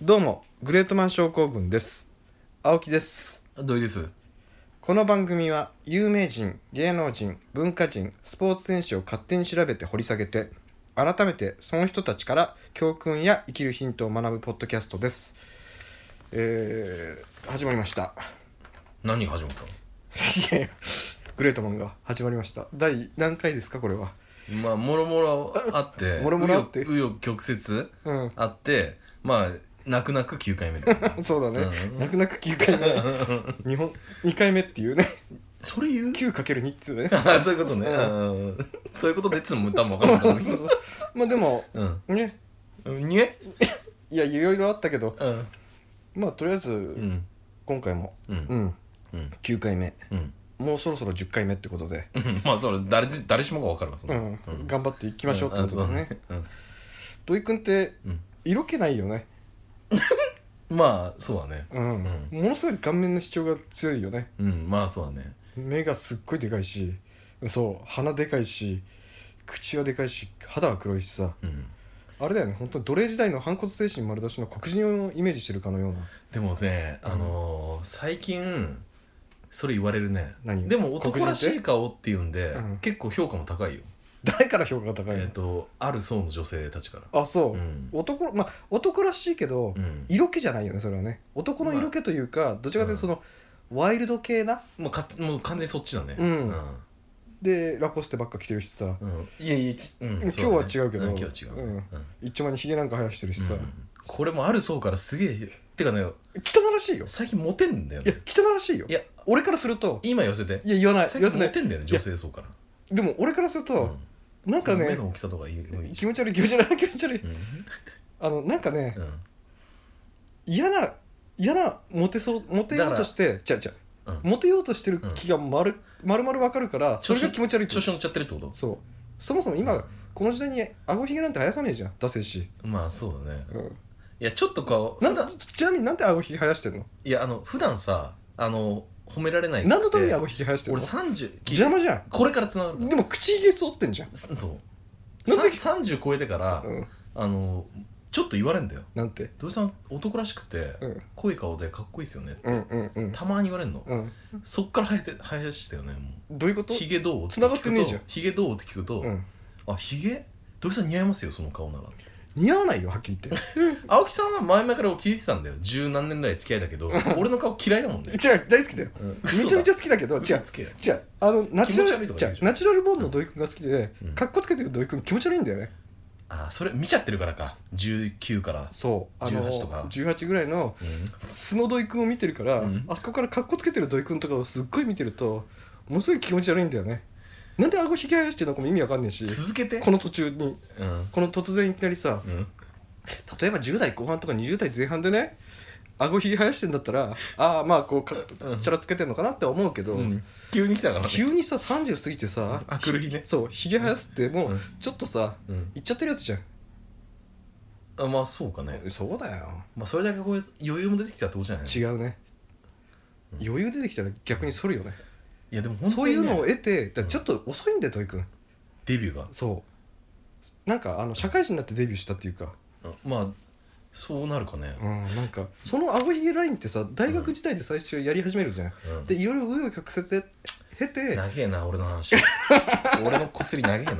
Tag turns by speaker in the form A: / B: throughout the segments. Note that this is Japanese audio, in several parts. A: どうも、グレートマン症候群です。青木です。
B: 土井です。
A: この番組は、有名人、芸能人、文化人、スポーツ選手を勝手に調べて掘り下げて、改めてその人たちから教訓や生きるヒントを学ぶポッドキャストです。えー、始まりました。
B: 何が始まった
A: いやいやグレートマンが始まりました。第何回ですか、これは。、
B: のまあ、もろもろあって
A: もろもろあって
B: 紆余紆余曲
A: う
B: 折あって、まあ、泣く泣く9回 目だよね
A: ん、そうだね。
B: うん
A: 泣く泣く9回目。日本、2回目っていうね。
B: それ言う
A: 9×2 っつうね。
B: あそういうことね。
A: そう
B: うんそういうことでっつうのも多分分かんないと思う け
A: そうそうまあでも、
B: ど。
A: ね、
B: うん。にえ
A: いやいろいろあったけど
B: うん。
A: まあとりあえず、
B: うん。
A: 今回も
B: う。
A: うんん
B: うん。
A: 9回目
B: うん。
A: もうそろそろ10回目ってことで、
B: うんまあ、それ、誰で、誰しもが分かるわ、そん
A: う
B: なの
A: ん
B: うん
A: 頑張っていきましょうってことだね。
B: うんあそう
A: 土井君って
B: だね
A: 色気ないよね、
B: うんまあ、そうだね。
A: うんものすごい顔面の主張が強いよね
B: うん、まあ、そうだね。
A: 目がすっごいでかいしそう鼻でかいし口はでかいし肌は黒いしさ
B: うん。
A: あれだよね本当に奴隷時代の反骨精神丸出しの黒人をイメージしてるかのような
B: でもね、
A: うん
B: あのー最近それ言われるね
A: 何
B: でも男らしい顔っていうんで、
A: うん
B: 結構評価も高いよ、
A: 誰から評価が高い
B: え
A: の、
B: っとある層の女性たちから
A: あそう、
B: うん
A: 男まあ男らしいけど、
B: うん
A: 色気じゃないよねそれはね男の色気というか、どちらかというとその、ワイルド系な
B: もうかもう完全にそっちだね
A: うん
B: うん
A: でラコステばっか着てるしさ
B: うんいやいやち、うん
A: 今日は違うけど
B: ん今日は違う、
A: うん
B: うん
A: 一丁前にヒゲなんか生やしてるしさ、
B: うんこれもある層からすげえてかね
A: 汚らしいよ
B: 最近モテんだよ
A: いや
B: ね
A: 汚らしいよ
B: いや
A: 俺からすると
B: 今寄せて
A: いや言わない
B: 最
A: 言わせ
B: 近
A: な
B: モ
A: い
B: テんだよね女性層から
A: でも俺からすると、なんか
B: 目
A: ね
B: の大きさとかいい、うん
A: 気持ち悪い気持ち悪い気持ち悪い、
B: うん
A: あのなんかね、
B: うん
A: 嫌な嫌なモテそうモテようとしてじゃじゃ
B: うん
A: モテようとしてる気がまる、丸々わかるからそれが気持ち悪いっていう
B: 調子乗っちゃってるってこと
A: そうそもそも今この時代にあごひげなんて生やさねえじゃん出せし、
B: まあそうだね
A: うん、
B: いやちょっと顔
A: なん
B: 普
A: だ
B: 段
A: ちなみになんであごひげ生やしてんの
B: いやあの普段さあの褒められない
A: 何のためにあごひげ生やしてんの
B: 俺30き
A: 邪魔じゃ
B: これからつながるか
A: ん
B: ら
A: でも口ひげ剃ってんじゃん、
B: すそう
A: なんで
B: さ30超えてから、
A: うん、
B: あのちょっと言われんだよ
A: なんて
B: 土井さん男らしくて、
A: うん
B: 濃い顔でかっこいいですよねって、
A: うんうんうん
B: たまに言われんの、
A: うん
B: そっから生えて生やしたよねも
A: どういうこと
B: うひげどう
A: 繋がってねえじゃん
B: ひげどうって聞くと、
A: うん、
B: あひげ土井さん似合いますよその顔ならって
A: 似合わないよはっきり言っ
B: 青木さんは前々から俺聞いてたんだよ十何年来付き合いだけど俺の顔嫌いだもん
A: て
B: ね、
A: 違う大好きだよ
B: うん
A: めちゃめちゃ好きだけど違
B: 嘘
A: う
B: つけよ
A: 違うあのナチュ
B: 気持ち
A: ラ
B: 悪い
A: ル
B: とか
A: じ
B: 言
A: ゃ
B: うでしょ
A: ナチュラルボーンの土井君が好きで、
B: うん
A: かっこつけてる土井君気持ち悪いんだよね
B: あーそれ見ちゃってるからか19から
A: そうあの
B: 18とか
A: 18ぐらいの
B: う
A: 素の土井君を見てるから、
B: うん
A: あそこからかっこつけてる土井君とかをすっごい見てるとものすごい気持ち悪いんだよねなんで顎ひげ生やしてるのかも意味わかんねえし
B: ん続けて
A: この途中に
B: うん
A: この突然いきなりさ
B: うん
A: 例えば10代後半とか20代前半でね顎ひげ生やしてんだったらああまあこうか
B: うん
A: チャラつけてんのかなって思うけど、
B: うん急に来たからね
A: 急にさ30過ぎてさ
B: あ来る日ね
A: そうひげ生やすっても
B: う
A: うんちょっとさ
B: うん
A: いっちゃってるやつじゃん、
B: あまあそうかね
A: そうだよ
B: まあそれだけこういう余裕も出てきたってことじゃない
A: 違うね
B: うん
A: 余裕出てきたら逆に反るよね
B: いやでも本
A: そ
B: 当
A: う
B: に
A: い
B: ね
A: うのを得てだからちょっと遅いんだよ土井君
B: デビューが
A: そうなんかあの社会人になってデビューしたっていうか、
B: うんまあそうなるかね
A: うん、なんかその青ひげラインってさ大学時代で最初やり始めるじゃん、
B: うん
A: でいろいろ紆余曲折で経て
B: 長えな俺の 話俺のこすり長えな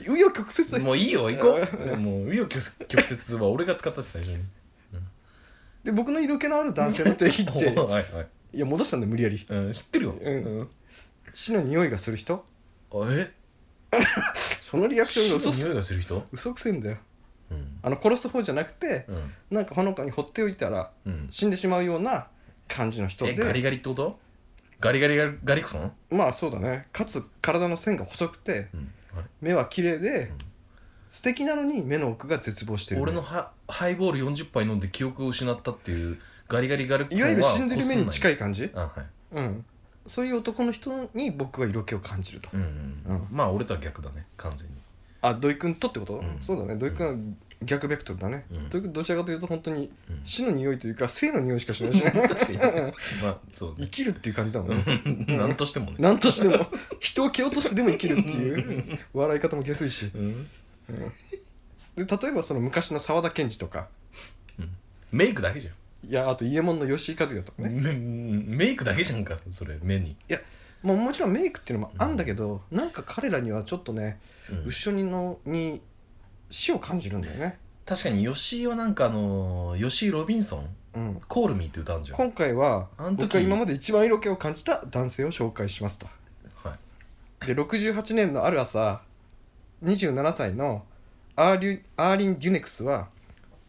A: 紆余曲折で
B: もういいよ行こ
A: う
B: うもう紆余曲折は俺が使ったし最初に
A: で僕の色気のある男性の定義っ て
B: はいはい
A: いや戻したんで無理やり
B: うん知ってるよ
A: うん死の匂いがする人
B: あえ
A: そのリアクションが嘘
B: 死の
A: す
B: 匂いがする人
A: 嘘くせえんだよ
B: うん
A: あの殺す方じゃなくて
B: うん
A: なんかほのかに放っておいたら
B: うん
A: 死んでしまうような感じの人
B: えガリ
A: で
B: ガリってことガリガリガリガリクソン、
A: まあそうだねかつ体の線が細くて
B: うん、あ
A: 目は綺麗で、
B: うん
A: 素敵なのに目の奥が絶望して
B: れ
A: る、
B: 俺のハハイボール40杯飲んで記憶を失ったっていうガリガリガリク
A: い
B: ソン
A: わ
B: は
A: ゆる死んでる目に近
B: い
A: い感じ、
B: あはい
A: うん、そういう男の人に僕は色気を感じると、
B: うん、うんうん
A: うん
B: まあ俺とは逆だね完全に
A: あ土井君とってこと、
B: うん
A: そうだね土井君は逆ベクトルだね、
B: うん
A: 土井君どちらかというと本当に
B: うん
A: 死の匂いというか生の匂いしかしないしね
B: 確かに まあそう
A: 生
B: ね
A: きるっていう感じだもんね
B: 何としてもね
A: 何としても人を蹴落としてでも生きるっていう笑い方も下水し
B: うん
A: で例えばその昔の沢田研二とか、
B: うんメイクだけじゃ
A: いやあと伊右衛門の吉井和也とか
B: ん、
A: ね、
B: めメイクだけじゃんかそれ目に、
A: もうもちろんメイクっていうのもあんだけど、なんか彼らにはちょっとね、
B: うん
A: 後ろにのに死を感じるんだよね、
B: 確かに吉井はなんかあのー吉井ロビンソン
A: うん
B: 「コールミー」って歌うんじゃん、はい、
A: 今回は
B: あの時
A: 僕が今まで一番色気を感じた男性を紹介しますとで68年のある朝27歳のアーリュアーリン・デュネクスは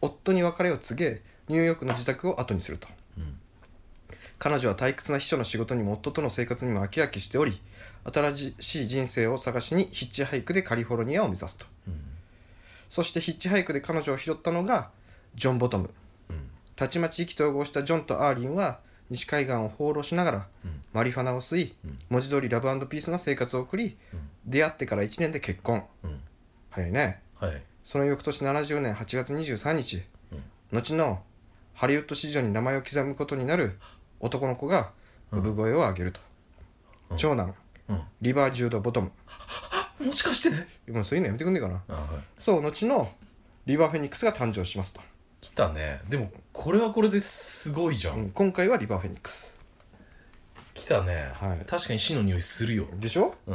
A: 夫に別れを告げニューヨークの自宅を後にすると
B: うん
A: 彼女は退屈な秘書の仕事にも夫との生活にも飽き飽きしており新しい人生を探しにヒッチハイクでカリフォルニアを目指すと
B: うん
A: そしてヒッチハイクで彼女を拾ったのがジョン・ボトム
B: うん
A: たちまち意気投合したジョンとアーリンは西海岸を放浪しながら
B: うん
A: マリファナを吸い
B: うん
A: 文字通りラブピースな生活を送り
B: うん
A: 出会ってから1年で結婚
B: うん
A: 早いね
B: はい
A: その翌年70年8月23日、後のハリウッド市場に名前を刻むことになる男の子が
B: うん
A: 産声を上げると、
B: うん
A: 長男
B: う
A: リバー・ジュード・ボトム
B: んもしかして
A: もうそういうのやめてくんねえかな
B: あはい
A: そう後のリバー・フェニックスが誕生しますと、
B: 来たねでもこれはこれですごいじゃん、
A: うん今回はリバー・フェニックス
B: 来たね、
A: はい
B: 確かに死の匂いするよ
A: でしょ
B: うん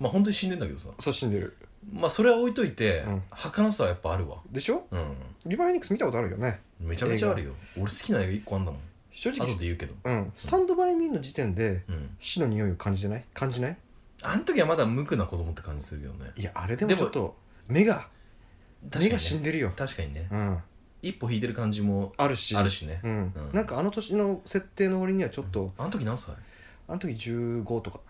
B: まあ本当に死んでんだけどさ
A: そう死んでる
B: まあそれは置いといて、
A: うん
B: 儚さはやっぱあるわ
A: でしょ
B: うん
A: リバー・フェニックス見たことあるよね
B: めちゃめちゃあるよ俺好きな映画1個あんだもん
A: 正直
B: 後で言うけど
A: うん、スタンド・バイ・ミーの時点で
B: うん
A: 死の匂いを感じてない感じない
B: あの時はまだ無垢な子供って感じするけどね
A: いやあれでも
B: でも
A: ちょっと目が、目が死ん
B: ね
A: でるよ、
B: 確かにね
A: うん、
B: 一歩引いてる感じも
A: あるし
B: あるしね
A: うん
B: うん
A: なんかあの年の設定の割にはちょっと、
B: あの時何歳
A: あの時15とか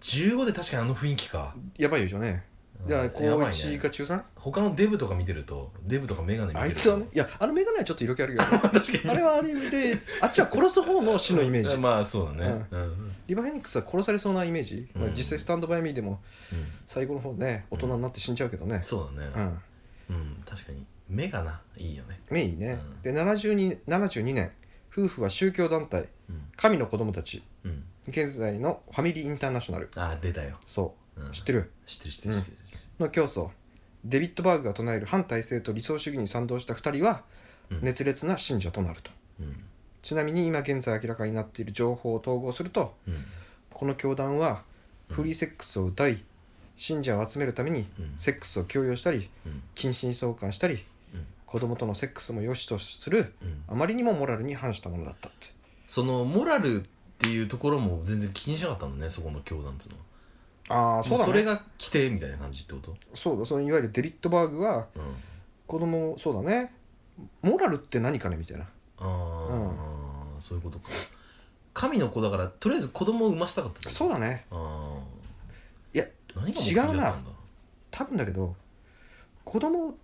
B: ?15 で確かにあの雰囲気か
A: やばいよね
B: うん
A: だから
B: や
A: 高
B: ばい
A: 1
B: ね
A: か中3、
B: 他のデブとか見てるとデブとかメガネ見
A: あ
B: てると
A: いつはねいやあの眼鏡はちょっと色気あるよ
B: 確 かに
A: あれはある意味であっちは殺す方の死のイメージ
B: まあそうだねうんうん
A: リバー・フェニックスは殺されそうなイメージ、まあ、
B: うん
A: 実際スタンドバイ・ミーでも最後の方ね大人になって死んじゃうけどね
B: そうだ
A: う
B: ね
A: ん
B: うん確かに目がないいよね
A: メインね、
B: うん
A: で 72, 72年夫婦は宗教団体
B: うん
A: 神の子供たち
B: うん
A: 現在のファミリーインターナショナル
B: あ出たよ
A: そ
B: うん
A: う知ってる
B: 知ってる知ってる知ってる
A: の教祖デビッド・バーグが唱える反体制と理想主義に賛同した2人は
B: うん
A: 熱烈な信者となると、
B: うん
A: ちなみに今現在明らかになっている情報を統合するとこの教団はフリーセックスを歌い、信者を集めるために
B: うん
A: セックスを強要したり
B: うん
A: 近親相関したり
B: うん
A: 子供とのセックスも良しとする
B: うん
A: あまりにもモラルに反したものだったって
B: そのモラルっていうところも全然気にしなかったのねそこの教団っつうのは
A: ああそうだね
B: それが規定みたいな感じってこと
A: そうだそのいわゆるデビッド・バーグは
B: うん
A: 子供をそうだねモラルって何かねみたいな
B: ああ、そういうことか神の子だからとりあえず子供を産ませたかったってこと
A: そうだね
B: あ
A: いや
B: あ何が目的
A: 違
B: だった
A: うんな
B: だ
A: 多分だけど子供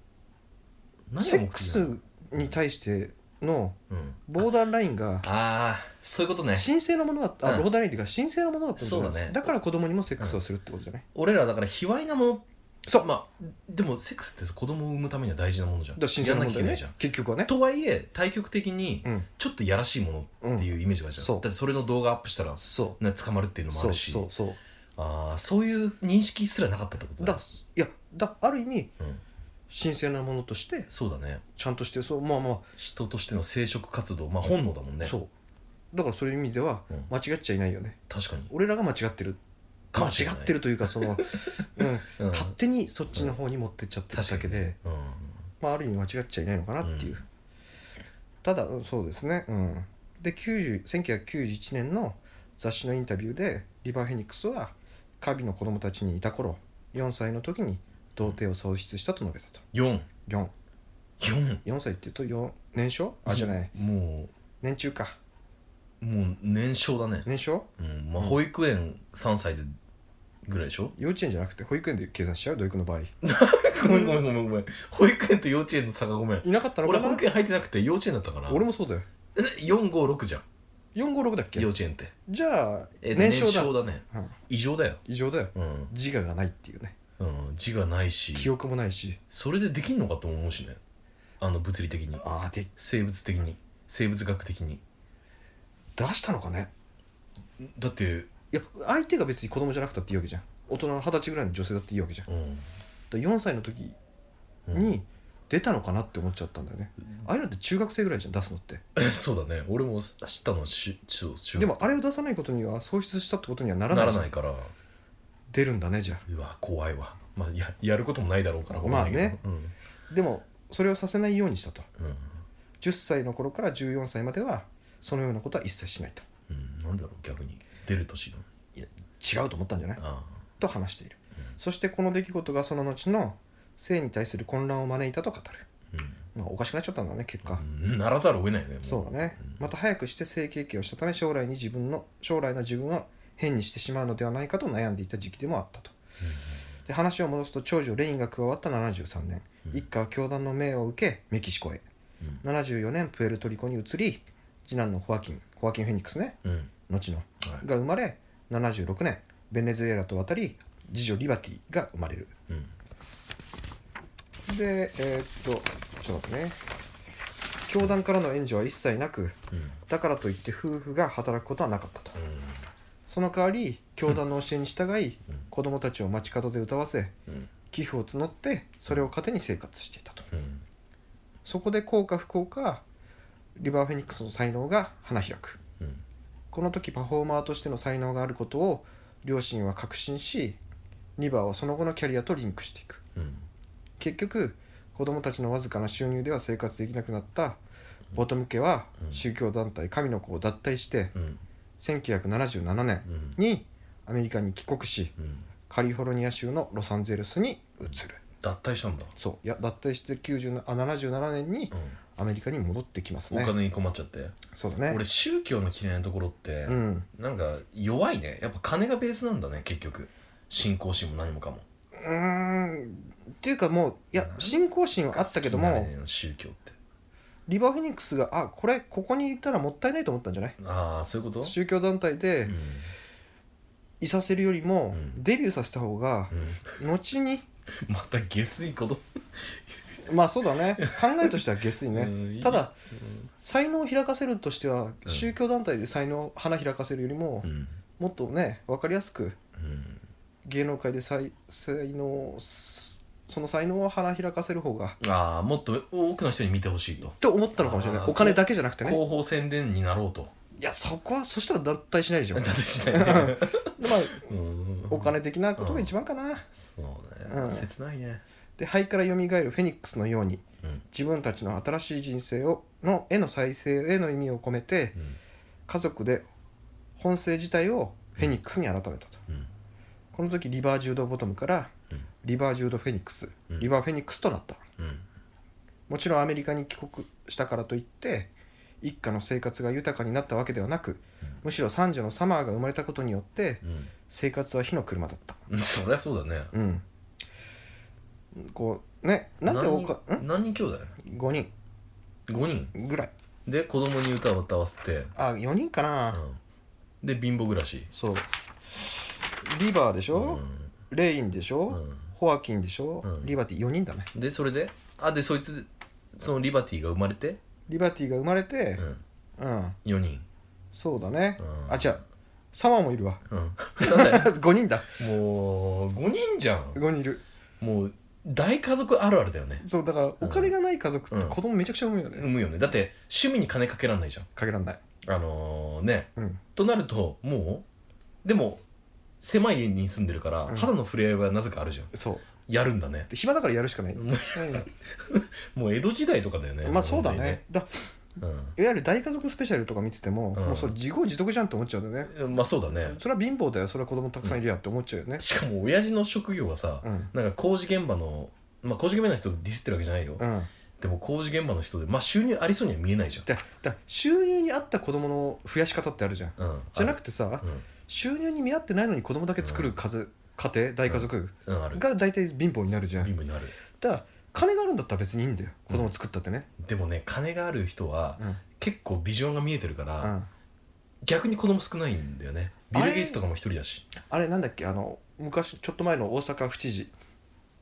B: 何
A: セ
B: が
A: ッ
B: 目
A: ク
B: 的だ
A: スに対しての
B: うん
A: ボーダーラインが
B: ああそういうことね
A: 神聖なものだった、あ
B: うん
A: ボーダーラインっていうか神聖なものだったんじゃない
B: そうだね
A: から子供にもセックスをするってことじゃない、
B: 俺らだから卑猥なもの
A: そう
B: まあでもセックスって子供を産むためには大事なものじゃん
A: だから神聖なものだよ
B: やんなきゃ
A: ね
B: いけないじゃん
A: 結局はね
B: とはいえ対極的に
A: うん
B: ちょっとやらしいものっていうイメージがあるじゃん、
A: うんそう
B: だってそれの動画アップしたら、
A: そ
B: ね、捕まるっていう
A: う
B: のもあ
A: そう
B: るし
A: そうそう
B: ああそういう認識すらなかったってこと
A: だ
B: だ、
A: いやだある意味
B: うん、
A: 神聖なものとして
B: そうだね
A: ちゃんとしてそうまあまあ、
B: 人としての生殖活動まあ本能だもんね
A: そうだからそういう意味では
B: うん
A: 間違っちゃいないよね
B: 確かに
A: 俺らが間違ってる
B: か
A: 間
B: もしれ
A: 違
B: ない
A: ってるというかそ の、うん、
B: うん
A: 勝手にそっちの方に持ってっちゃってるだけで、
B: うん
A: まあ、ある意味間違っちゃいないのかなっていう、
B: うん
A: ただうんそうですね、うん、で90 1991年の雑誌のインタビューでリバー・フェニックスはカビの子供たちにいた頃4歳の時に童貞を喪失したと述べたと
B: 四
A: 44
B: 四
A: 歳っていうと4年少あじゃない
B: も
A: 年中か
B: うもう年少だね、
A: 年少
B: うんまあ、
A: うん
B: 保育園三歳でぐらいでしょ
A: 幼稚園じゃなくて保育園で計算しちゃう土育の場合い
B: ごめんごめんごめんごめん保育園と幼稚園の差がごめん
A: なかったの
B: 俺
A: か
B: 保
A: な
B: 育園入ってなくて幼稚園だったから
A: 俺もそうだよ
B: 456じゃん
A: 456だっけ
B: 幼稚園って、
A: じゃあ
B: えー
A: 年
B: 年
A: 少
B: 少
A: だ
B: だね
A: うん
B: 異常だよ
A: 異常だよ
B: うん、
A: 自我がないっていうね
B: うん、字がないし
A: 記憶もないし
B: それでできんのかと思うしねあの物理的に
A: ああで
B: 生物的に生物学的に
A: 出したのかね
B: だって
A: いや相手が別に子供じゃなくたっていいわけじゃん大人の二十歳ぐらいの女性だっていいわけじゃん
B: う
A: だ
B: ん
A: から4歳の時
B: うん
A: に出たのかなって思っちゃったんだよねああいうのって中学生ぐらいじゃん出すのって
B: え そうだね俺も知ったのはし中学中学
A: でもあれを出さないことには喪失したってことにはならな
B: な
A: い
B: ら
A: じゃん
B: ないから
A: 出るんだねじゃ
B: うわ怖いわまあややることもないだろうから
A: まあね
B: わかんない
A: あでもそれをさせないようにしたと
B: けどうん
A: 10歳の頃から14歳まではそのようなことは一切しないと
B: うん、うん、なんだろう逆に出る年の
A: 違うと思ったんじゃない
B: あ
A: と話している
B: う
A: そしてこの出来事がその後の性に対する混乱を招いたと語る、
B: あ
A: まあ、おかしくなっちゃったんだね結果、
B: うん、うんならざるを得ないよねも
A: そうだね
B: ん
A: また早くして性経験をしたため将来に自分の将来の自分を変にしてしまうのではないかと悩んでいた時期でもあったとで話を戻すと長女レインが加わった73年
B: うん
A: 一家は教団の命を受けメキシコへ
B: うん
A: 74年プエルトリコに移り次男のホアキンホアキン・フェニックスね
B: うん、
A: 後の
B: はい
A: が生まれ76年ベネズエラと渡り次女リバティが生まれる
B: うん
A: でえーっとちょっと待ってね教団からの援助は一切なく
B: うん
A: だからといって夫婦が働くことはなかったとその代わり教団の教えに従い
B: うん
A: 子供たちを街角で歌わせ
B: うん
A: 寄付を募ってそれを糧に生活していたと
B: うん
A: そこで幸か不幸かリバー・フェニックスの才能が花開く
B: うん
A: この時パフォーマーとしての才能があることを両親は確信しリバーはその後のキャリアとリンクしていく
B: うん
A: 結局子供たちのわずかな収入では生活できなくなったボトム家は
B: うん
A: 宗教団体神の子を脱退して
B: うん
A: 1977年
B: うん
A: にアメリカに帰国し
B: うん
A: カリフォルニア州のロサンゼルスに移る
B: 脱退したんだ、
A: そういや脱退して90あ77年に
B: う
A: アメリカに戻ってきます
B: ん、お
A: ね
B: 金に困っちゃって、
A: そうだね
B: 俺宗教の嫌いなところって、
A: うん
B: なんか弱いねやっぱ金がベースなんだね結局信仰心も何もかも
A: うーんっていうかもういや信仰心はあったけど
B: 好きに
A: も
B: なれね宗教って
A: リバー・フェニックスがあこれここにいたらもったいないと思ったんじゃない
B: ああそういうこと
A: 宗教団体で
B: うん
A: いさせるよりも
B: うん
A: デビューさせた方が
B: うん
A: 後に
B: また下水こと、
A: まあそうだね考えとしては下水ね
B: うん
A: ただ、才能を開かせるとしては
B: ん
A: 宗教団体で才能花開かせるよりも
B: うん
A: もっとね分かりやすく
B: うん
A: 芸能界で才才能をその才能を花開かせる方がっ
B: ああもっと多くの人に見てほしいと
A: て思ったのかもしれない
B: あー
A: お金だけじゃなくてね
B: 広報宣伝になろ うと
A: いやそこはそしたら脱退しないでしょ
B: だっ
A: で
B: てしないね
A: まあ
B: うん
A: お金的なことが一番かな
B: そう
A: う
B: ね
A: ん
B: 切ないね
A: で灰から蘇るフェニックスのように
B: うん
A: 自分たちの新しい人生をの絵の再生への意味を込めて
B: うん
A: 家族で本性自体をフェニックスに改めたと
B: うん
A: この時リバー柔道ボトムから
B: うん
A: リバー柔道フェニックス
B: うん
A: リバーフェニックスとなった
B: うん
A: もちろんアメリカに帰国したからといって一家の生活が豊かになったわけではなく
B: うん
A: むしろ三女のサマーが生まれたことによって
B: うん
A: 生活は火の車だった
B: うんそりゃそうだね
A: うんこうねなんでおか
B: 何人何人兄弟
A: ん5人
B: 5人
A: ぐらい
B: で子供に歌を歌わせて、
A: あ4人かな、
B: うん、で貧乏暮らし
A: そうリバーでし
B: う
A: ょ、レインでしょ、
B: ん
A: ホアキンでしょ、
B: うん
A: リバティ4人だね
B: うん、でそれであでそいつそのリバティが生まれて、
A: リバティが生まれて
B: う、ん、
A: うん
B: 4人、
A: そうだね
B: う、ん、
A: あじゃあサマーもいるわ
B: うん、なん だよ
A: 5人だ
B: もう5人じゃん
A: 5人いる
B: もう大家族あるあるだよね
A: そうだからお金がない家族って
B: うん
A: 子供めちゃくちゃ産むよね、
B: 産むよねだって趣味に金かけらんないじゃん
A: かけらんない
B: あのーね
A: うん
B: となるともうでも狭い家に住んでるから
A: うん
B: 肌の触れ合いはなぜかあるじゃん
A: そう
B: やるんだね
A: で暇だからやるしかない、
B: もうもう江戸時代とかだよね
A: うんまあそうだねだ
B: 本当にね
A: いわゆる大家族スペシャルとか見てても、
B: うん
A: もうそれ自業自得じゃんって思っちゃうんだよね、
B: うんまあそうだね
A: それは貧乏だよそれは子供たくさんいるやって思っちゃうよね、
B: しかも親父の職業がさ
A: うん
B: なんか工事現場のまあ工事現場の人をディスってるわけじゃないよ
A: うん、
B: でも工事現場の人でまあ収入ありそうには見えないじ
A: だだ収入に合った子供の増やし方ってあるじゃん
B: ゃんうん
A: じゃな
B: く
A: くてさ
B: うん
A: 収入に見合ってないのに子供だけ作る数、家庭大家族
B: うんある
A: が大体貧乏になるじゃん
B: 貧乏になる
A: だから金があるんだったら別にいいんだよ子供作ったってね
B: でもね金がある人は
A: うん、うん
B: 結構ビジョンが見えてるから逆に子供少ないんだよねビ
A: あ
B: ル・
A: れ
B: ゲイツとかも一人だし
A: あれなんだっけあの昔ちょっと前の大阪府知事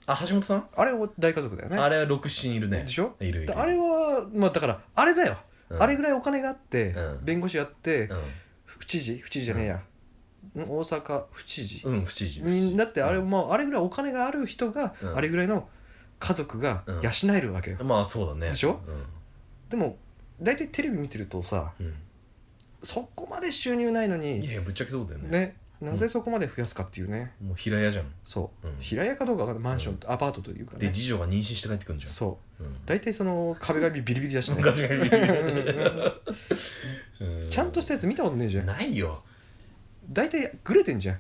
B: あ橋本さん
A: あれを大家族だよね
B: あれは67人いるね
A: でしょ
B: いるい
A: で
B: る
A: あれはまあだからあれだよ、
B: うん
A: あれぐらいお金があって、
B: うん
A: 弁護士やって、
B: う
A: 府知事府知事じゃねえや、ん大阪府知事、
B: んうん不思議不思議
A: だってあれ,、もうあれぐらいお金がある人が
B: うん
A: あれぐらいの家族が
B: うん
A: 養えるわけよ、
B: まあそうだね
A: でしょ
B: うん
A: でも大体テレビ見てるとさ
B: う
A: そこまで収入ないの
B: ん、い
A: に
B: やぶっちゃけそうだよね
A: ねなぜそこまで増やすかっていうね
B: もう平屋じゃん
A: そう、
B: うん
A: 平屋かどうかわかんないマンション、アパートというか
B: で
A: ね
B: 次女が妊娠して帰ってくるんじゃん、
A: そう
B: うん、
A: う大体その壁紙ビリビリだしね
B: 昔が
A: ちゃんとしたやつ見たことねえじゃん
B: ないよ
A: 大体グレてんじゃん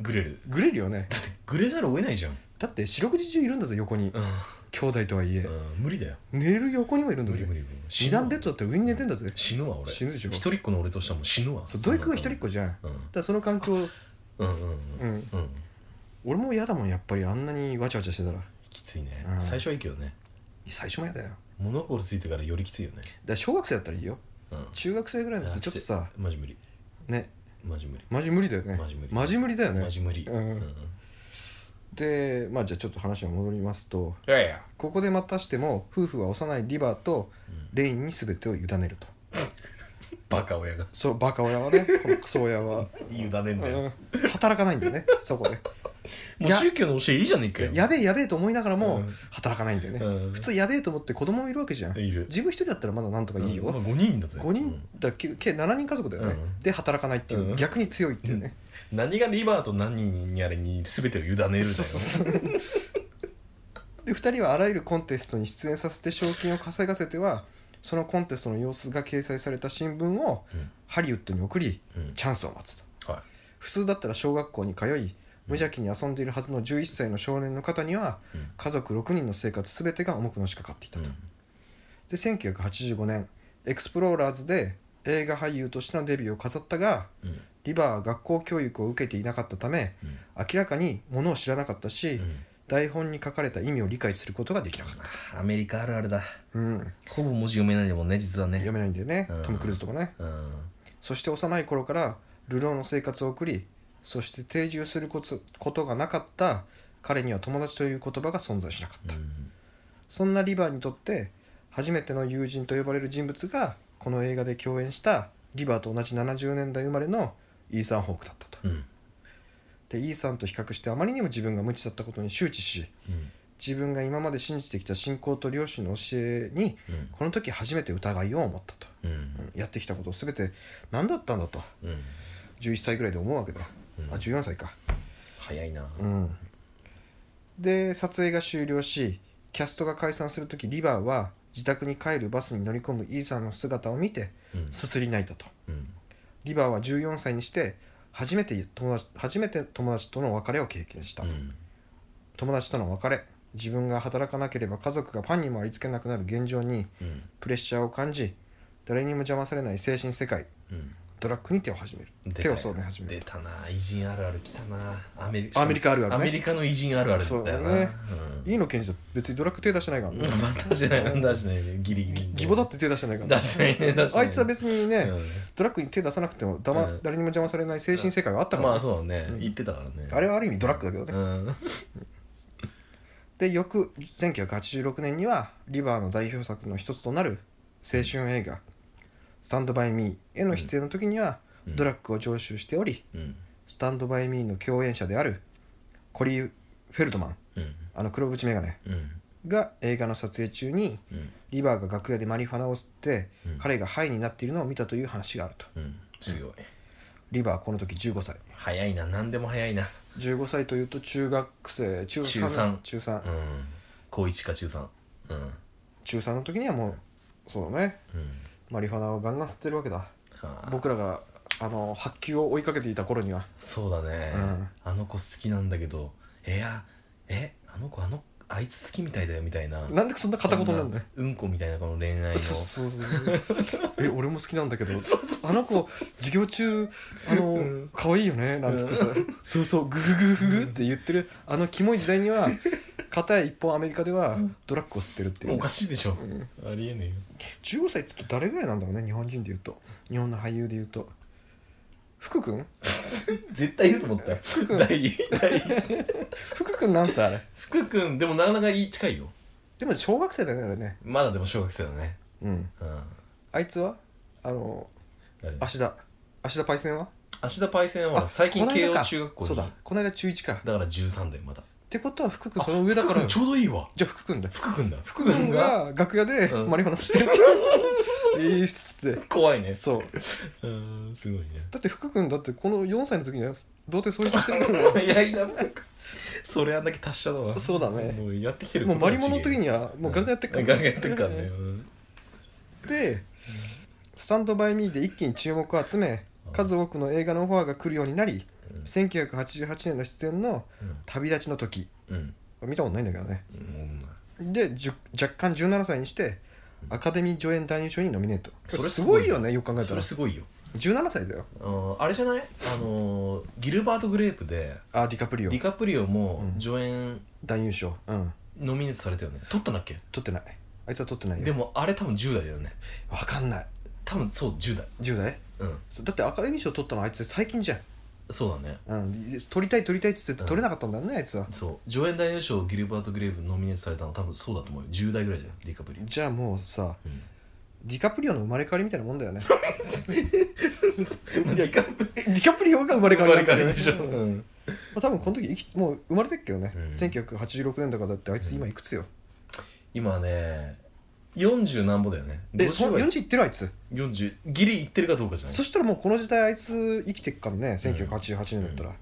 B: グレる
A: グレるよね
B: だってグレざるを得ないじゃん、
A: だって四六時中いるんだぜ横に
B: うん
A: 兄弟とはいえ
B: 無理だよ
A: 寝る横にもいるんだ
B: 無理
A: ぜ
B: 無理無理
A: 二段ベッドだったら上に寝てんだぜ
B: 死ぬわ俺
A: 死ぬでしょ
B: 一人っ子の俺としてはもう死ぬわ
A: そう土井君が一人っ子じゃんだか
B: うん
A: らその環境、
B: うんうんうん
A: うん、
B: うん
A: 俺も嫌だもんやっぱりあんなにわちゃわちゃしてたら
B: きついね、
A: うん
B: 最初はいいけどね
A: 最初も嫌だよだか
B: 物心ついてからよりきついよね
A: ら小学生だったらいいよ
B: うん
A: 中学生ぐらいになってちょっとさ
B: マジ無理
A: ね
B: マジ無理
A: マジ無理だよね
B: マジ無理
A: 無理だよね
B: マジ無理
A: うんでまあじゃあちょっと話が戻りますと
B: いやいや
A: ここでまたしても夫婦は幼いリバーとレインに全てを委ねると
B: バカ親が
A: そうバカ親は ねこのクソ親は、
B: 委ねんだよ
A: うん働かないんだよねそこで
B: もう宗教の教えいいじゃねえかよ
A: やべえやべえと思いながら
B: う
A: も
B: ん
A: 働かないんだよね、
B: うん
A: 普通やべえと思って子供もいるわけじゃん
B: いる
A: 自分一人だったらまだなんとかいいよ、
B: うんまあ、5人だぜ
A: 5
B: う
A: 人
B: ん
A: だ計計7人家族だよね、
B: うん
A: で働かないっていう、
B: うん
A: 逆に強いっていうね、
B: 何がリバーと何人やれに全てを委ねるだよ
A: そうそう そうで2人はあらゆるコンテストに出演させて賞金を稼がせてはそのコンテストの様子が掲載された新聞を
B: うん
A: ハリウッドに送り
B: うん
A: チャンスを待つと
B: は
A: 普通だったら小学校に通い無邪気に遊んでいるはずの11歳の少年の方には
B: うん
A: 家族6人の生活全てが重くのしかかってい
B: い、
A: たと、で1985年エクスプローラーズで映画俳優としてのデビューを飾ったが
B: うんうん
A: リバーは学校教育を受けていなかったため明らかにものを知らなかったし、
B: うん
A: 台本に書かれた意味を理解することができなかっ
B: アメリカあるあるだ
A: た、うん、
B: ほぼ文字読めないでもんね実はね
A: 読めないんだよね、
B: うん
A: トム・クルーズとかね
B: うん
A: そして幼い頃から流浪の生活を送りそして定住することことがなかった彼には友達という言葉が存在しなかった、
B: うん
A: そんなリバーにとって初めての友人と呼ばれる人物がこの映画で共演したリバーと同じ70年代生まれのイーサン・ホークだったと
B: うん
A: でイーサンと比較してあまりにも自分が無知だったことに周知し
B: うん
A: 自分が今まで信じてきた信仰と両親の教えに
B: うん
A: この時初めて疑いを持ったと、
B: うん
A: やってきたことを全て何だったんだと
B: うん
A: 11歳ぐらいで思うわけだ、
B: うん
A: あ14歳か
B: 早いな
A: うんで撮影が終了しキャストが解散する時リバーは自宅に帰るバスに乗り込むイーサンの姿を見て
B: うん
A: すすり泣いたと
B: うん
A: リバーは14歳にして初めて友達初めて友達との別れを経験した、
B: うん
A: 友達との別れ自分が働かなければ家族がパンにもありつけなくなる現状に
B: うん
A: プレッシャーを感じ誰にも邪魔されない精神世界
B: うん
A: ドラッグに手を始める
B: 出
A: 手
B: た
A: を
B: よ
A: 染め始め
B: 出
A: る
B: たな偉人あるある来たなアメリ
A: アメリカあるあるね
B: アメリカの偉人あるあるだったよ
A: そうだ
B: な
A: ね
B: うん
A: いいの検事だ別にドラッグ手出してないから、ね
B: うんまあ出してない出してないギリギリ
A: 義母だって手出してないから、
B: 出してないね出してな
A: あ
B: い
A: いつは別にね、
B: うん
A: ドラッグに手出さなくてもだま、
B: うん
A: 誰にも邪魔されない精神世界があったから、
B: まあそうだね言ってたからね
A: あれはある意味ドラッグだけどね、
B: うん
A: で翌1986年にはリバーの代表作の一つとなる青春映画「スタンド・バイ・ミー」への出演の時には、
B: うん
A: ドラッグを常習しており
B: うん
A: 「スタンド・バイ・ミー」の共演者であるコリー・フェルトマン
B: うん
A: あの黒縁眼鏡
B: うん
A: が映画の撮影中に
B: うん
A: リバーが楽屋でマリファナを吸って、
B: うん
A: 彼がハイになっているのを見たという話があると
B: うんすごい
A: リバーはこの時15歳
B: 早いな何でも早いな
A: 15歳というと中学生中
B: 中三
A: 中3
B: うん高一か中三うん
A: 中三の時にはもうそうだね
B: うん
A: マリファナをガンガン吸ってるわけだ
B: はあ
A: 僕らがあの発球を追いかけていた頃には
B: そうだね
A: うん
B: あの子好きなんだけどいやえあの子あのあいつ好きみたいだよみたいな
A: なんでそんな片言なんだよ
B: うんこみたいなこの恋愛の
A: そうそうそうえ俺も好きなんだけど
B: そうそう
A: あの子授業中あ
B: う
A: の
B: ん
A: 可愛いよねなんつってさそうそうグフグフグフって言ってるあのキモい時代には片や一方アメリカではドラッグを吸ってるっていう
B: お
A: ね
B: かしいでしょ
A: ん
B: ありえねえよ
A: 15歳っつって誰ぐらいなんだろうね日本人でいうと日本の俳優でいうと福君
B: 絶対言うと思ったよ
A: 福君
B: 第第
A: 福君なん歳あれ
B: 福君でもなかなかいい近いよ
A: でも小学生だよねあれね
B: まだでも小学生だね
A: うん
B: うん
A: あいつはあの
B: 誰だ
A: 芦田芦田パイセンは
B: 芦田パイセンは最近
A: この
B: 慶
A: 間
B: 応
A: か
B: 中学校に
A: そうだこの間中1か
B: だから13だよまだ
A: ってことは福君その上だから
B: あ福君ちょうどいいわ
A: じゃあ福君だよ
B: 福君だ福
A: 福君
B: 君が
A: が楽屋で
B: うん
A: マリファナ吸ってる っていいっすって
B: 怖いね
A: そう
B: うーんすごいね
A: だって福君だってこの4歳の時には童貞そういうしてる から
B: いやいやなんかそれあんだけ達者だな
A: そうだね
B: もうやってきてる
A: もう
B: こと
A: マ
B: は
A: リモの時
B: 違え
A: にはもうガンガンやってっから
B: ガンガンやってっからねうん
A: で「スタンド・バイ・ミー」で一気に注目を集め数多くの映画のオファーが来るようになり
B: うん
A: 1988年の出演の「旅立ちの時
B: うん」
A: 見たことないんだけどね
B: うんもうまい
A: でじゅ若干17歳にしてアカデミー助演男優賞にノミネートそ
B: それ
A: れ
B: す
A: す
B: ご
A: ご
B: い
A: いよねよく考え
B: そ
A: た
B: れ
A: ら
B: すごいよ
A: 17歳だよ
B: あーあれじゃないあのーギルバート・グレープで
A: あディカプリオ
B: ディカプリオも
A: うん
B: 助演
A: 男優賞うん
B: ノミネートされたよね取ったんだっけ
A: 取ってないあいつは取ってない
B: で
A: よ
B: もあれ多分10代だよね
A: わかんない
B: 多分そう10代
A: 10代
B: うん
A: そうだってアカデミー賞取ったのあいつ最近じゃん
B: そうだね
A: うん取りたい取りたいっつって
B: うん
A: て取れなかったんだよねあいつは
B: そう助演男優賞ギルバート・グレープノミネートされたの多分そうだと思うよ10代ぐらいじゃんディカプリオ
A: じゃあもうさ
B: うん
A: ディカプリオの生まれ変わりみたいなもんだよね
B: ディカプ
A: ディカプリオが生まれ
B: リ
A: 変
B: オ
A: わり
B: 生ま
A: なんだよ
B: れ変わり
A: ね
B: でしょ
A: うんま
B: うん
A: あ多分この時生きもう生まれてっけどね、
B: うん
A: 1986年だからだってあいつ今いくつよ、
B: 今ね40何歩だよね
A: えそ
B: 50は
A: 40いってるあいつ
B: 40ギリいってるかどうかじゃない
A: そしたらもうこの時代あいつ生きてっからね1988年だったら、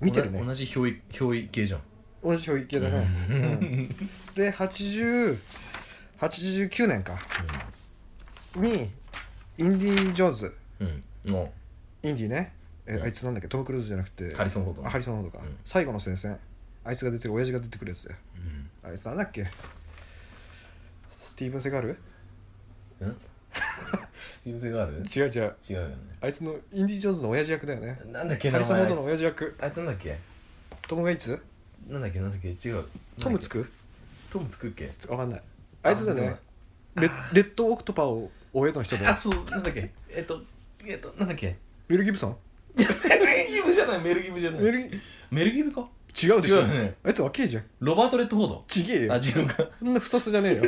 A: 見てるね
B: 同じ同じ憑依憑依系じゃん
A: 同じ表意系だね、うんで8089年かにインディ・ージョーンズ
B: うん、うん、も
A: インディねえあいつなんだっけトム・クルーズじゃなくて
B: うハリソン・フォード
A: あハリソン・フォードか、
B: うん
A: 最後の戦線あいつが出てる親父が出てくるやつだよあいつなんだっけスティーブン・セガール
B: うんんスティーブ・セガール
A: 違う違う
B: 違うよね
A: あいつのインディ・ジョーンズの親父役だよね
B: なんだっけ
A: ハ
B: 名
A: リソン・フォードの
B: 前
A: 親父役
B: あいつなんだっけ
A: トム・ウェイツ
B: なんだっけなんだっけ違う
A: トムつ
B: く
A: く
B: トムつくっけ
A: わかんないあいつだね
B: あ
A: レレッドオクトパーを終えの人だ
B: あ
A: よ
B: そうなんだっけえっとえっとなんだっけ
A: メル・ギブソン
B: いやメルギブじゃないメルギブじゃない
A: メルギ
B: メルギブか
A: 違うでしょ
B: 違うね
A: あいつ若いじゃん
B: ロバート・レッドフォード
A: ちげえ
B: あ
A: よ
B: 違うか
A: そんなふさふさじゃ ねえよ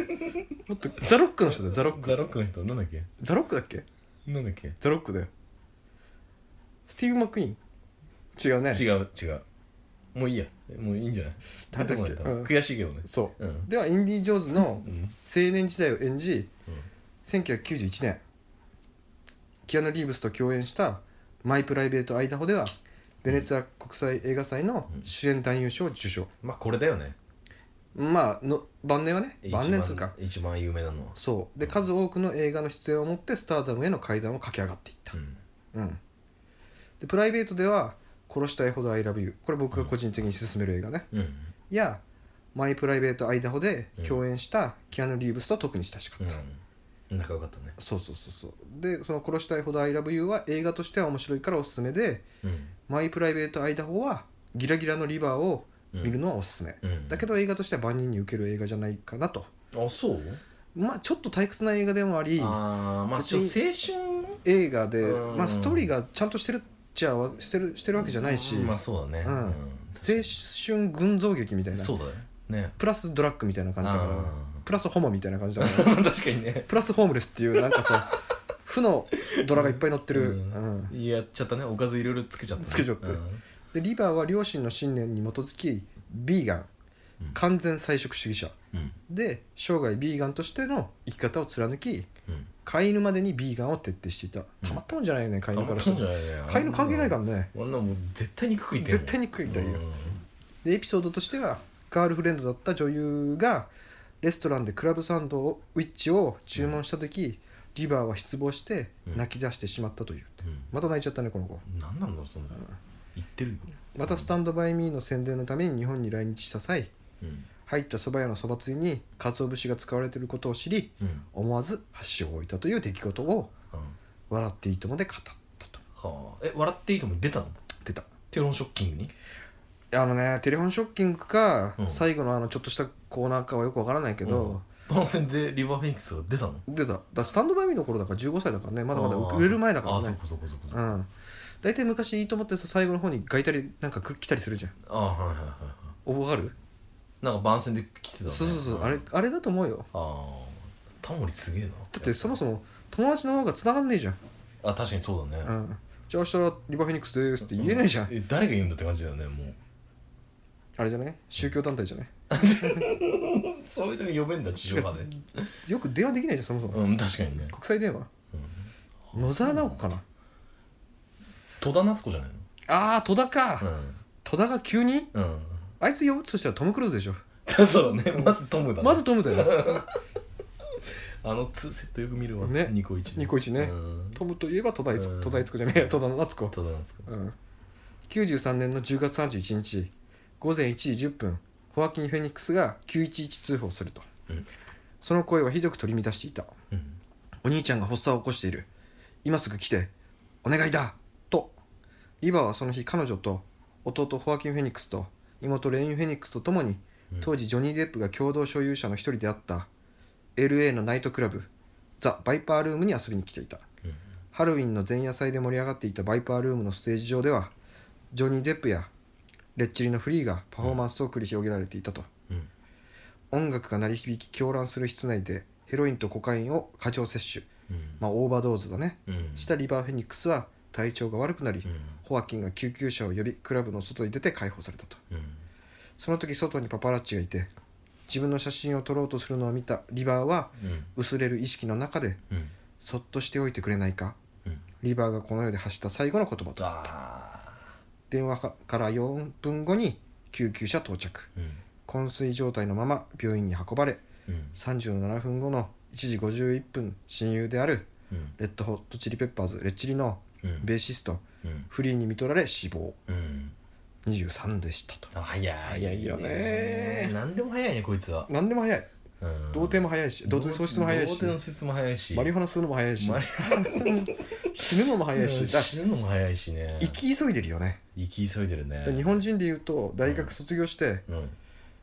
A: もっとザロックの人だよザロック
B: ザ・ロックの人なんだっけ
A: ザロックだっけ
B: なんだっけ
A: ザロックだよスティーブ・マックイーン違うね
B: 違う違うもういいやもういいんじゃない
A: なんだっけ
B: 出てこない
A: うん
B: 悔しいけどね
A: そううんではインディ・ジョーンズの青
B: うん
A: 年時代を演じ
B: うん
A: 1991年キアヌ・リーブスと共演した「マイ・プライベート・アイダホ」ではベネツィア国際映画祭の主演男優賞を受賞
B: まあこれだよね
A: まあの晩年はね晩年つうか
B: 一番一番有名なのは
A: そうで数多くの映画の出演をもってスターダムへの階段を駆け上がっていった、
B: うん
A: うん、でプライベートでは「殺したいほど I love you」これ僕が個人的に勧める映画ね、
B: うん
A: や「マイ・プライベート・アイダホ」で
B: うん
A: 共演したキアヌ・リーブスと特に親しかった、
B: うん仲良かったね
A: そうそうそうそうでその「殺したいほど I love you」は映画としては面白いからおすすめで
B: うん
A: 「マイ・プライベート・アイダホ」はギラギラのリバーを見るのはおすすめ、
B: うん
A: だけど映画としては万人に受ける映画じゃないかなと
B: あそう
A: まあちょっと退屈な映画でもあり
B: ああまあ
A: 別
B: ちょ
A: に
B: 青春
A: 映画で、
B: うん
A: まあ、ストーリーがちゃんとしてるっちゃわしてるしてるわけじゃないし、
B: まあ
A: 青
B: そうだね
A: うん春群像劇みたいな
B: そうだね ね
A: プラスドラッグみたいな感じだから
B: あー
A: プラスホモみたいな感じだから
B: 確かにね
A: プラスホームレスっていうなん かさ負のドラがいっぱい載ってる、
B: うん
A: うん
B: やっちゃったねおかずいろいろつけちゃったね
A: つけちゃって
B: うん
A: でリバーは両親の信念に基づきビーガン
B: うん
A: 完全菜食主義者
B: うん
A: で生涯ビーガンとしての生き方を貫き
B: うん
A: 飼い犬までにビーガンを徹底していたたまったもんじゃないよね飼い犬からしたら飼い犬関係ないかららね
B: 俺のもう絶対に食いて
A: 絶対に食いたいよ、でエピソードとしてはガールフレンドだった女優がレストランでクラブサンドをウィッチを注文した時、リバーは失望して
B: うん
A: 泣き出してしまったという、
B: うん
A: また泣いちゃったねこの子
B: 何なんだろうその言ってるよ
A: またスタンドバイミーの宣伝のために日本に来日した際
B: うん
A: 入った蕎麦屋の蕎麦つゆに鰹節が使われていることを知り
B: うん
A: 思わず箸を置いたという出来事を
B: うん
A: 「笑っていいとも」で語ったと
B: はあえ笑っていいとも出たの
A: 出た
B: テロンショッキングに
A: あのねテレフォンショッキングか、
B: うん
A: 最後のあのちょっとしたコーナーかはよくわからないけど、
B: 番宣でリバーフェニックスが出たの
A: 出ただからスタンドバイミーの頃だから15歳だからねまだまだ
B: あー
A: 売れる前だから
B: あそ
A: ね
B: こそこそこそこ
A: うん大体昔いいと思ってさ最後の方にガイたりなんかく来たりするじゃん
B: あはいはいはいは
A: 覚わる
B: いなんか番宣で来てたね
A: そうそうそうあれ
B: あ
A: あれだと思うよ
B: あタモリすげえな
A: だってそもそも友達の方が繋がんねえじゃん、
B: あ確かにそうだ
A: う
B: ね
A: ん、じゃあ明日リバフェニックスですって言えないじゃん、
B: え誰が言うんだって感じだよねもう
A: あれじゃない宗教団体じゃない
B: そういうの呼べんだ地上波で
A: よく電話できないじゃんそもそも、
B: うん確かにね
A: 国際電話、野沢直子かな
B: 戸田夏子じゃない
A: ああ戸田か、
B: の
A: 戸田が急に
B: うん うん
A: あいつ呼ぶとしたらトム・クルーズでしょ
B: そうだねまずトムだね
A: まずトムだよ
B: あのツーセットよく見るわ
A: ね
B: ニコイチで
A: ニコイチね
B: うん
A: トムといえば戸田いつ
B: うん
A: 戸田いつ子じゃねえや戸田夏子
B: 戸田夏子
A: うん93年の10月31日午前1時10分ホワキン・フェニックスが911通報すると、
B: うん
A: その声はひどく取り乱していた
B: うん
A: お兄ちゃんが発作を起こしている今すぐ来てお願いだとリバーはその日彼女と弟ホワキン・フェニックスと妹レイン・フェニックスと共に当
B: 時
A: 時ジョニー・デップが共同所有者の一人であった LA のナイトクラブザ・バイパールームに遊びに来ていたハロウィンの前夜祭で盛り上がっていたバイパールームのステージ上ではジョニー・デップやレッチリのフリーがパフォーマンスを繰り広げられていたと、
B: うん
A: 音楽が鳴り響き狂乱する室内でヘロインとコカインを過剰摂取、
B: うん
A: まあ、オーバードーズだね
B: うん
A: したリバー・フェニックスは体調が悪くなり、
B: うん
A: ホワキンが救急車を呼びクラブの外に出て解放されたと
B: うん
A: その時外にパパラッチがいて自分の写真を撮ろうとするのを見たリバーは
B: うん
A: 薄れる意識の中で
B: うん
A: そっとしておいてくれないか
B: うん
A: リバーがこの世で発した最後の言葉と
B: あ
A: 電話から4分後に救急車到着
B: ーうん
A: 昏睡状態のまま病院に運ばれ
B: うん
A: 37分後の1時51分親友である
B: うん
A: レッドホットチリペッパーズレッチリの
B: うん
A: ベーシスト
B: うん
A: フリーに見とられ死亡
B: うん
A: 23でしたと
B: あ早い
A: 早いよね
B: 何でも早いねこいつは
A: 何でも早い
B: うん
A: 童貞も早いし童貞喪失も早い
B: 童
A: し
B: 貞の喪失も早いし
A: マリファナ吸うのも早いし
B: マリ
A: 死ぬのも早い
B: うん
A: しだ
B: 死ぬのも早いしね
A: 生き急いでるよね
B: 生き急いでるね
A: だ日本人でいうと大学卒業して
B: うん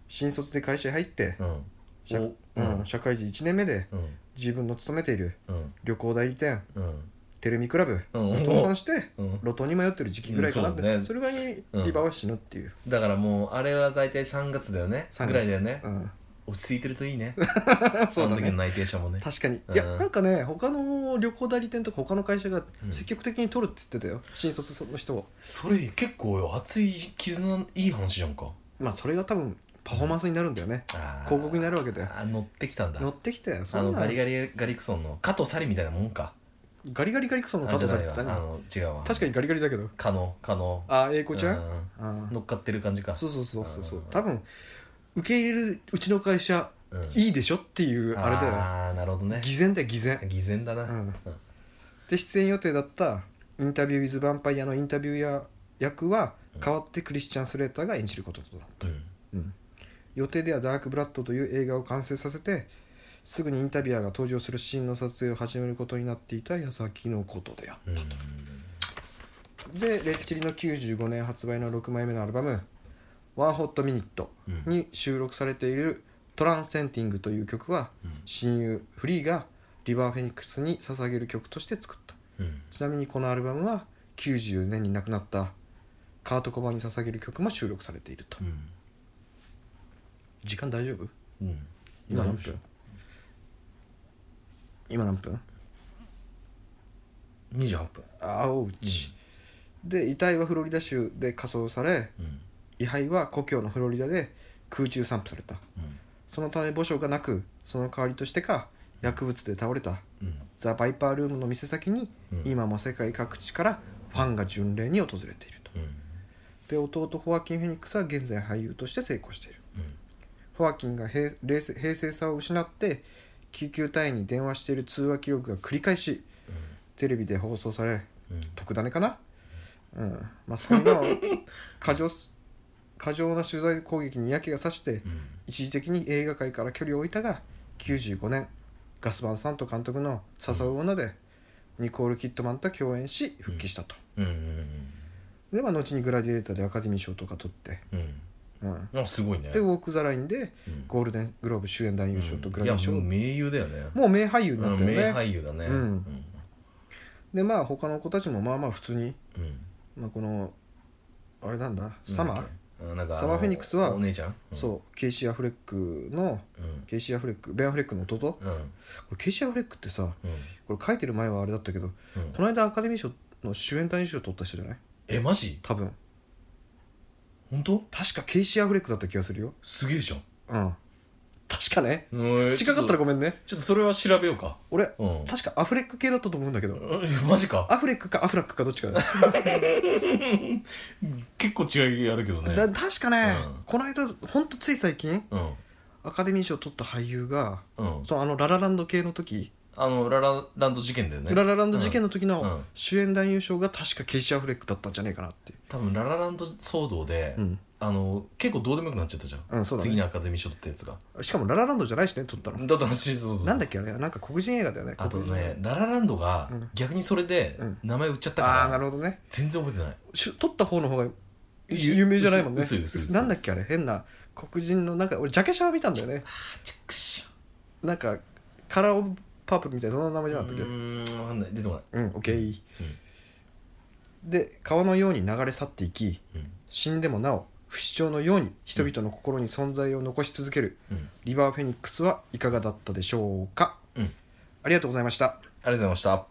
A: 新卒で会社に入って
B: うん
A: 社,、
B: お
A: うん、社会人1年目で
B: うん
A: 自分の勤めている
B: うん
A: 旅行代理店
B: うん
A: テルミクラブ
B: うん
A: 倒産して
B: うん
A: 路頭に迷ってる時期ぐらいかなって、
B: うんそうだね
A: それぐらいに
B: うん
A: リバは死ぬっていう、
B: だからもうあれは大体3月だよね
A: 3月
B: ぐらいだよね
A: うん
B: 落ち着いてるといいね
A: そう
B: あ
A: だ
B: の時の
A: ね
B: 内定者もね
A: 確かに
B: うん
A: いやなんかね他の旅行代理店とか他の会社が
B: うん
A: 積極的に取るって言ってたよ新卒の人を
B: それ結構よ熱い絆いい話じゃんか
A: まあそれが多分パフォーマンスになるんだよね
B: あー
A: 広告になるわけだよ
B: あ乗ってきたんだ
A: 乗ってきたよ
B: あ
A: そ
B: の
A: んな
B: ガ
A: ガリ
B: リガリガリクソンの加藤サリみたいなもんか
A: ガリガリガリクソンの
B: あ
A: 加
B: じ
A: 藤
B: ゃ
A: さん
B: な
A: だ
B: いわ
A: っ
B: あ
A: たね
B: の違うわ
A: 確かにガリガリだけど
B: 可能可能
A: ああ英子ちゃんあ
B: 乗っかってる感じ
A: あ
B: か
A: そうそうそうそうそう
B: うん
A: 多分受け入れるうちの会社
B: うん
A: いいでしょっていうあれだよ
B: ああなるほどね
A: 偽善だよ偽善
B: 偽善だな、
A: うんで出演予定だったインタビュー・ウィズ・ヴァンパイアのインタビューや役は代わってクリスチャン・スレーターが演じることとなった
B: うん
A: うん予定では「ダークブラッド」という映画を完成させてすぐにインタビュアーが登場するシーンの撮影を始めることになっていた矢先のことであったと、でレッチリの95年発売の6枚目のアルバム「ワンホットミニット
B: うん
A: に収録されている「トランセンティング」という曲は
B: うん
A: 親友フリーがリバー・フェニックスに捧げる曲として作った
B: うん
A: ちなみにこのアルバムは94年に亡くなったカート・コバーンに捧げる曲も収録されていると
B: うん
A: 時間大丈夫
B: うん
A: 今何分今何分
B: 28分
A: あおうち、で遺体はフロリダ州で火葬され
B: うん
A: 遺灰は故郷のフロリダで空中散布されたそのため墓所がなくその代わりとしてか薬物で倒れた
B: うんうん
A: ザ・バイパールームの店先に、
B: うん
A: 今も世界各地からファンが巡礼に訪れていると
B: うん
A: で弟ホワキン・フェニックスは現在俳優として成功している
B: うん
A: ホワキンが平冷静平静さを失って救急隊員に電話している通話記録が繰り返しテレビで放送され
B: うん
A: 特ダネかなうんマスコミ の過剰す過剰な取材攻撃に嫌気がさして
B: うん
A: 一時的に映画界から距離を置いたが95年ガスバンさんと監督の「誘う女」でニコール・キットマンと共演し復帰したと、
B: うん
A: でまあ後にグラディエーターでアカデミー賞とか取って、
B: うん
A: う
B: うん
A: ん、
B: うんあすごいね
A: でウォーク・ザ・ラインで
B: うん
A: ゴールデングローブ主演男優賞とグラ
B: い
A: デ
B: や
A: ィ賞、
B: もう名優だよね
A: もう名俳優にな
B: う
A: っ
B: ん
A: たよね、
B: 名俳優だね
A: うんでまあ他の子たちもまあまあ普通に、
B: うんうん
A: まあ、このあれなんだサマー
B: なんだっけあなんかあの
A: サマーフェニックスは
B: お姉ちゃん
A: そうケイシー・アフレックの
B: うんうん
A: ケイシー・アフレックベン・アフレックの弟こ
B: うん
A: れケイシー・アフレックってさ
B: うん
A: これ書いてる前はあれだったけど
B: うん
A: この間アカデミー賞の主演男優賞取った人じゃない
B: えマジ
A: 多分
B: 本当
A: 確かケイシー・アフレックだった気がするよ
B: すげえじゃん
A: うん確かね
B: 違
A: 違かったらごめんね
B: ちょっとそれは調べようか
A: 俺
B: うん
A: 確かアフレック系だったと思うんだけど
B: うんマジか
A: アフレックかアフラックかどっちかだ,、
B: 結構違いあるけどね
A: だ確かね、
B: うん
A: この間ほんとつい最近
B: うん
A: アカデミー賞を取った俳優が
B: うん
A: そのあのララランド系の時、
B: あのララランド事件だよね
A: ララランド事件の時
B: う
A: の
B: ん
A: 主演男優賞が確かケイシー・アフレックだったんじゃねえかなっていう
B: 多分ララランド騒動で、
A: うん、
B: あの結構どうでもよくなっちゃったじゃ
A: う
B: ん、
A: ん、そうだ
B: 次
A: ね
B: のアカデミー賞取ったやつが
A: しかもララランドじゃないしね取ったの
B: だったらしいそうそうそう
A: なんだっけあれなんか黒人映画だよね
B: あと
A: 黒人映
B: ねララランドが
A: うん
B: 逆にそれで
A: うん
B: 名前売っちゃった
A: 画
B: か
A: ああーな
B: ら、
A: るほどね
B: 全然覚えてない
A: し取った方の方が
B: ゆ
A: 有名じゃないもんね
B: 薄い薄い薄い薄い
A: なんだっけあれ変な黒人のなんか俺ジャケシャー見たんだよね
B: あーチクシ
A: なんかカラーオブパープルみたいなそんな名前
B: ョ
A: じゃなかっ
B: う
A: たっけ
B: ーん分かんない出てこない
A: うんオッケーで川のように流れ去っていき
B: うん
A: 死んでもなお不死鳥のように人々の心に存在を残し続ける
B: うん
A: リバーフェニックスはいかがだったでしょうか、
B: うん
A: ありがとうございました
B: ありがとうございました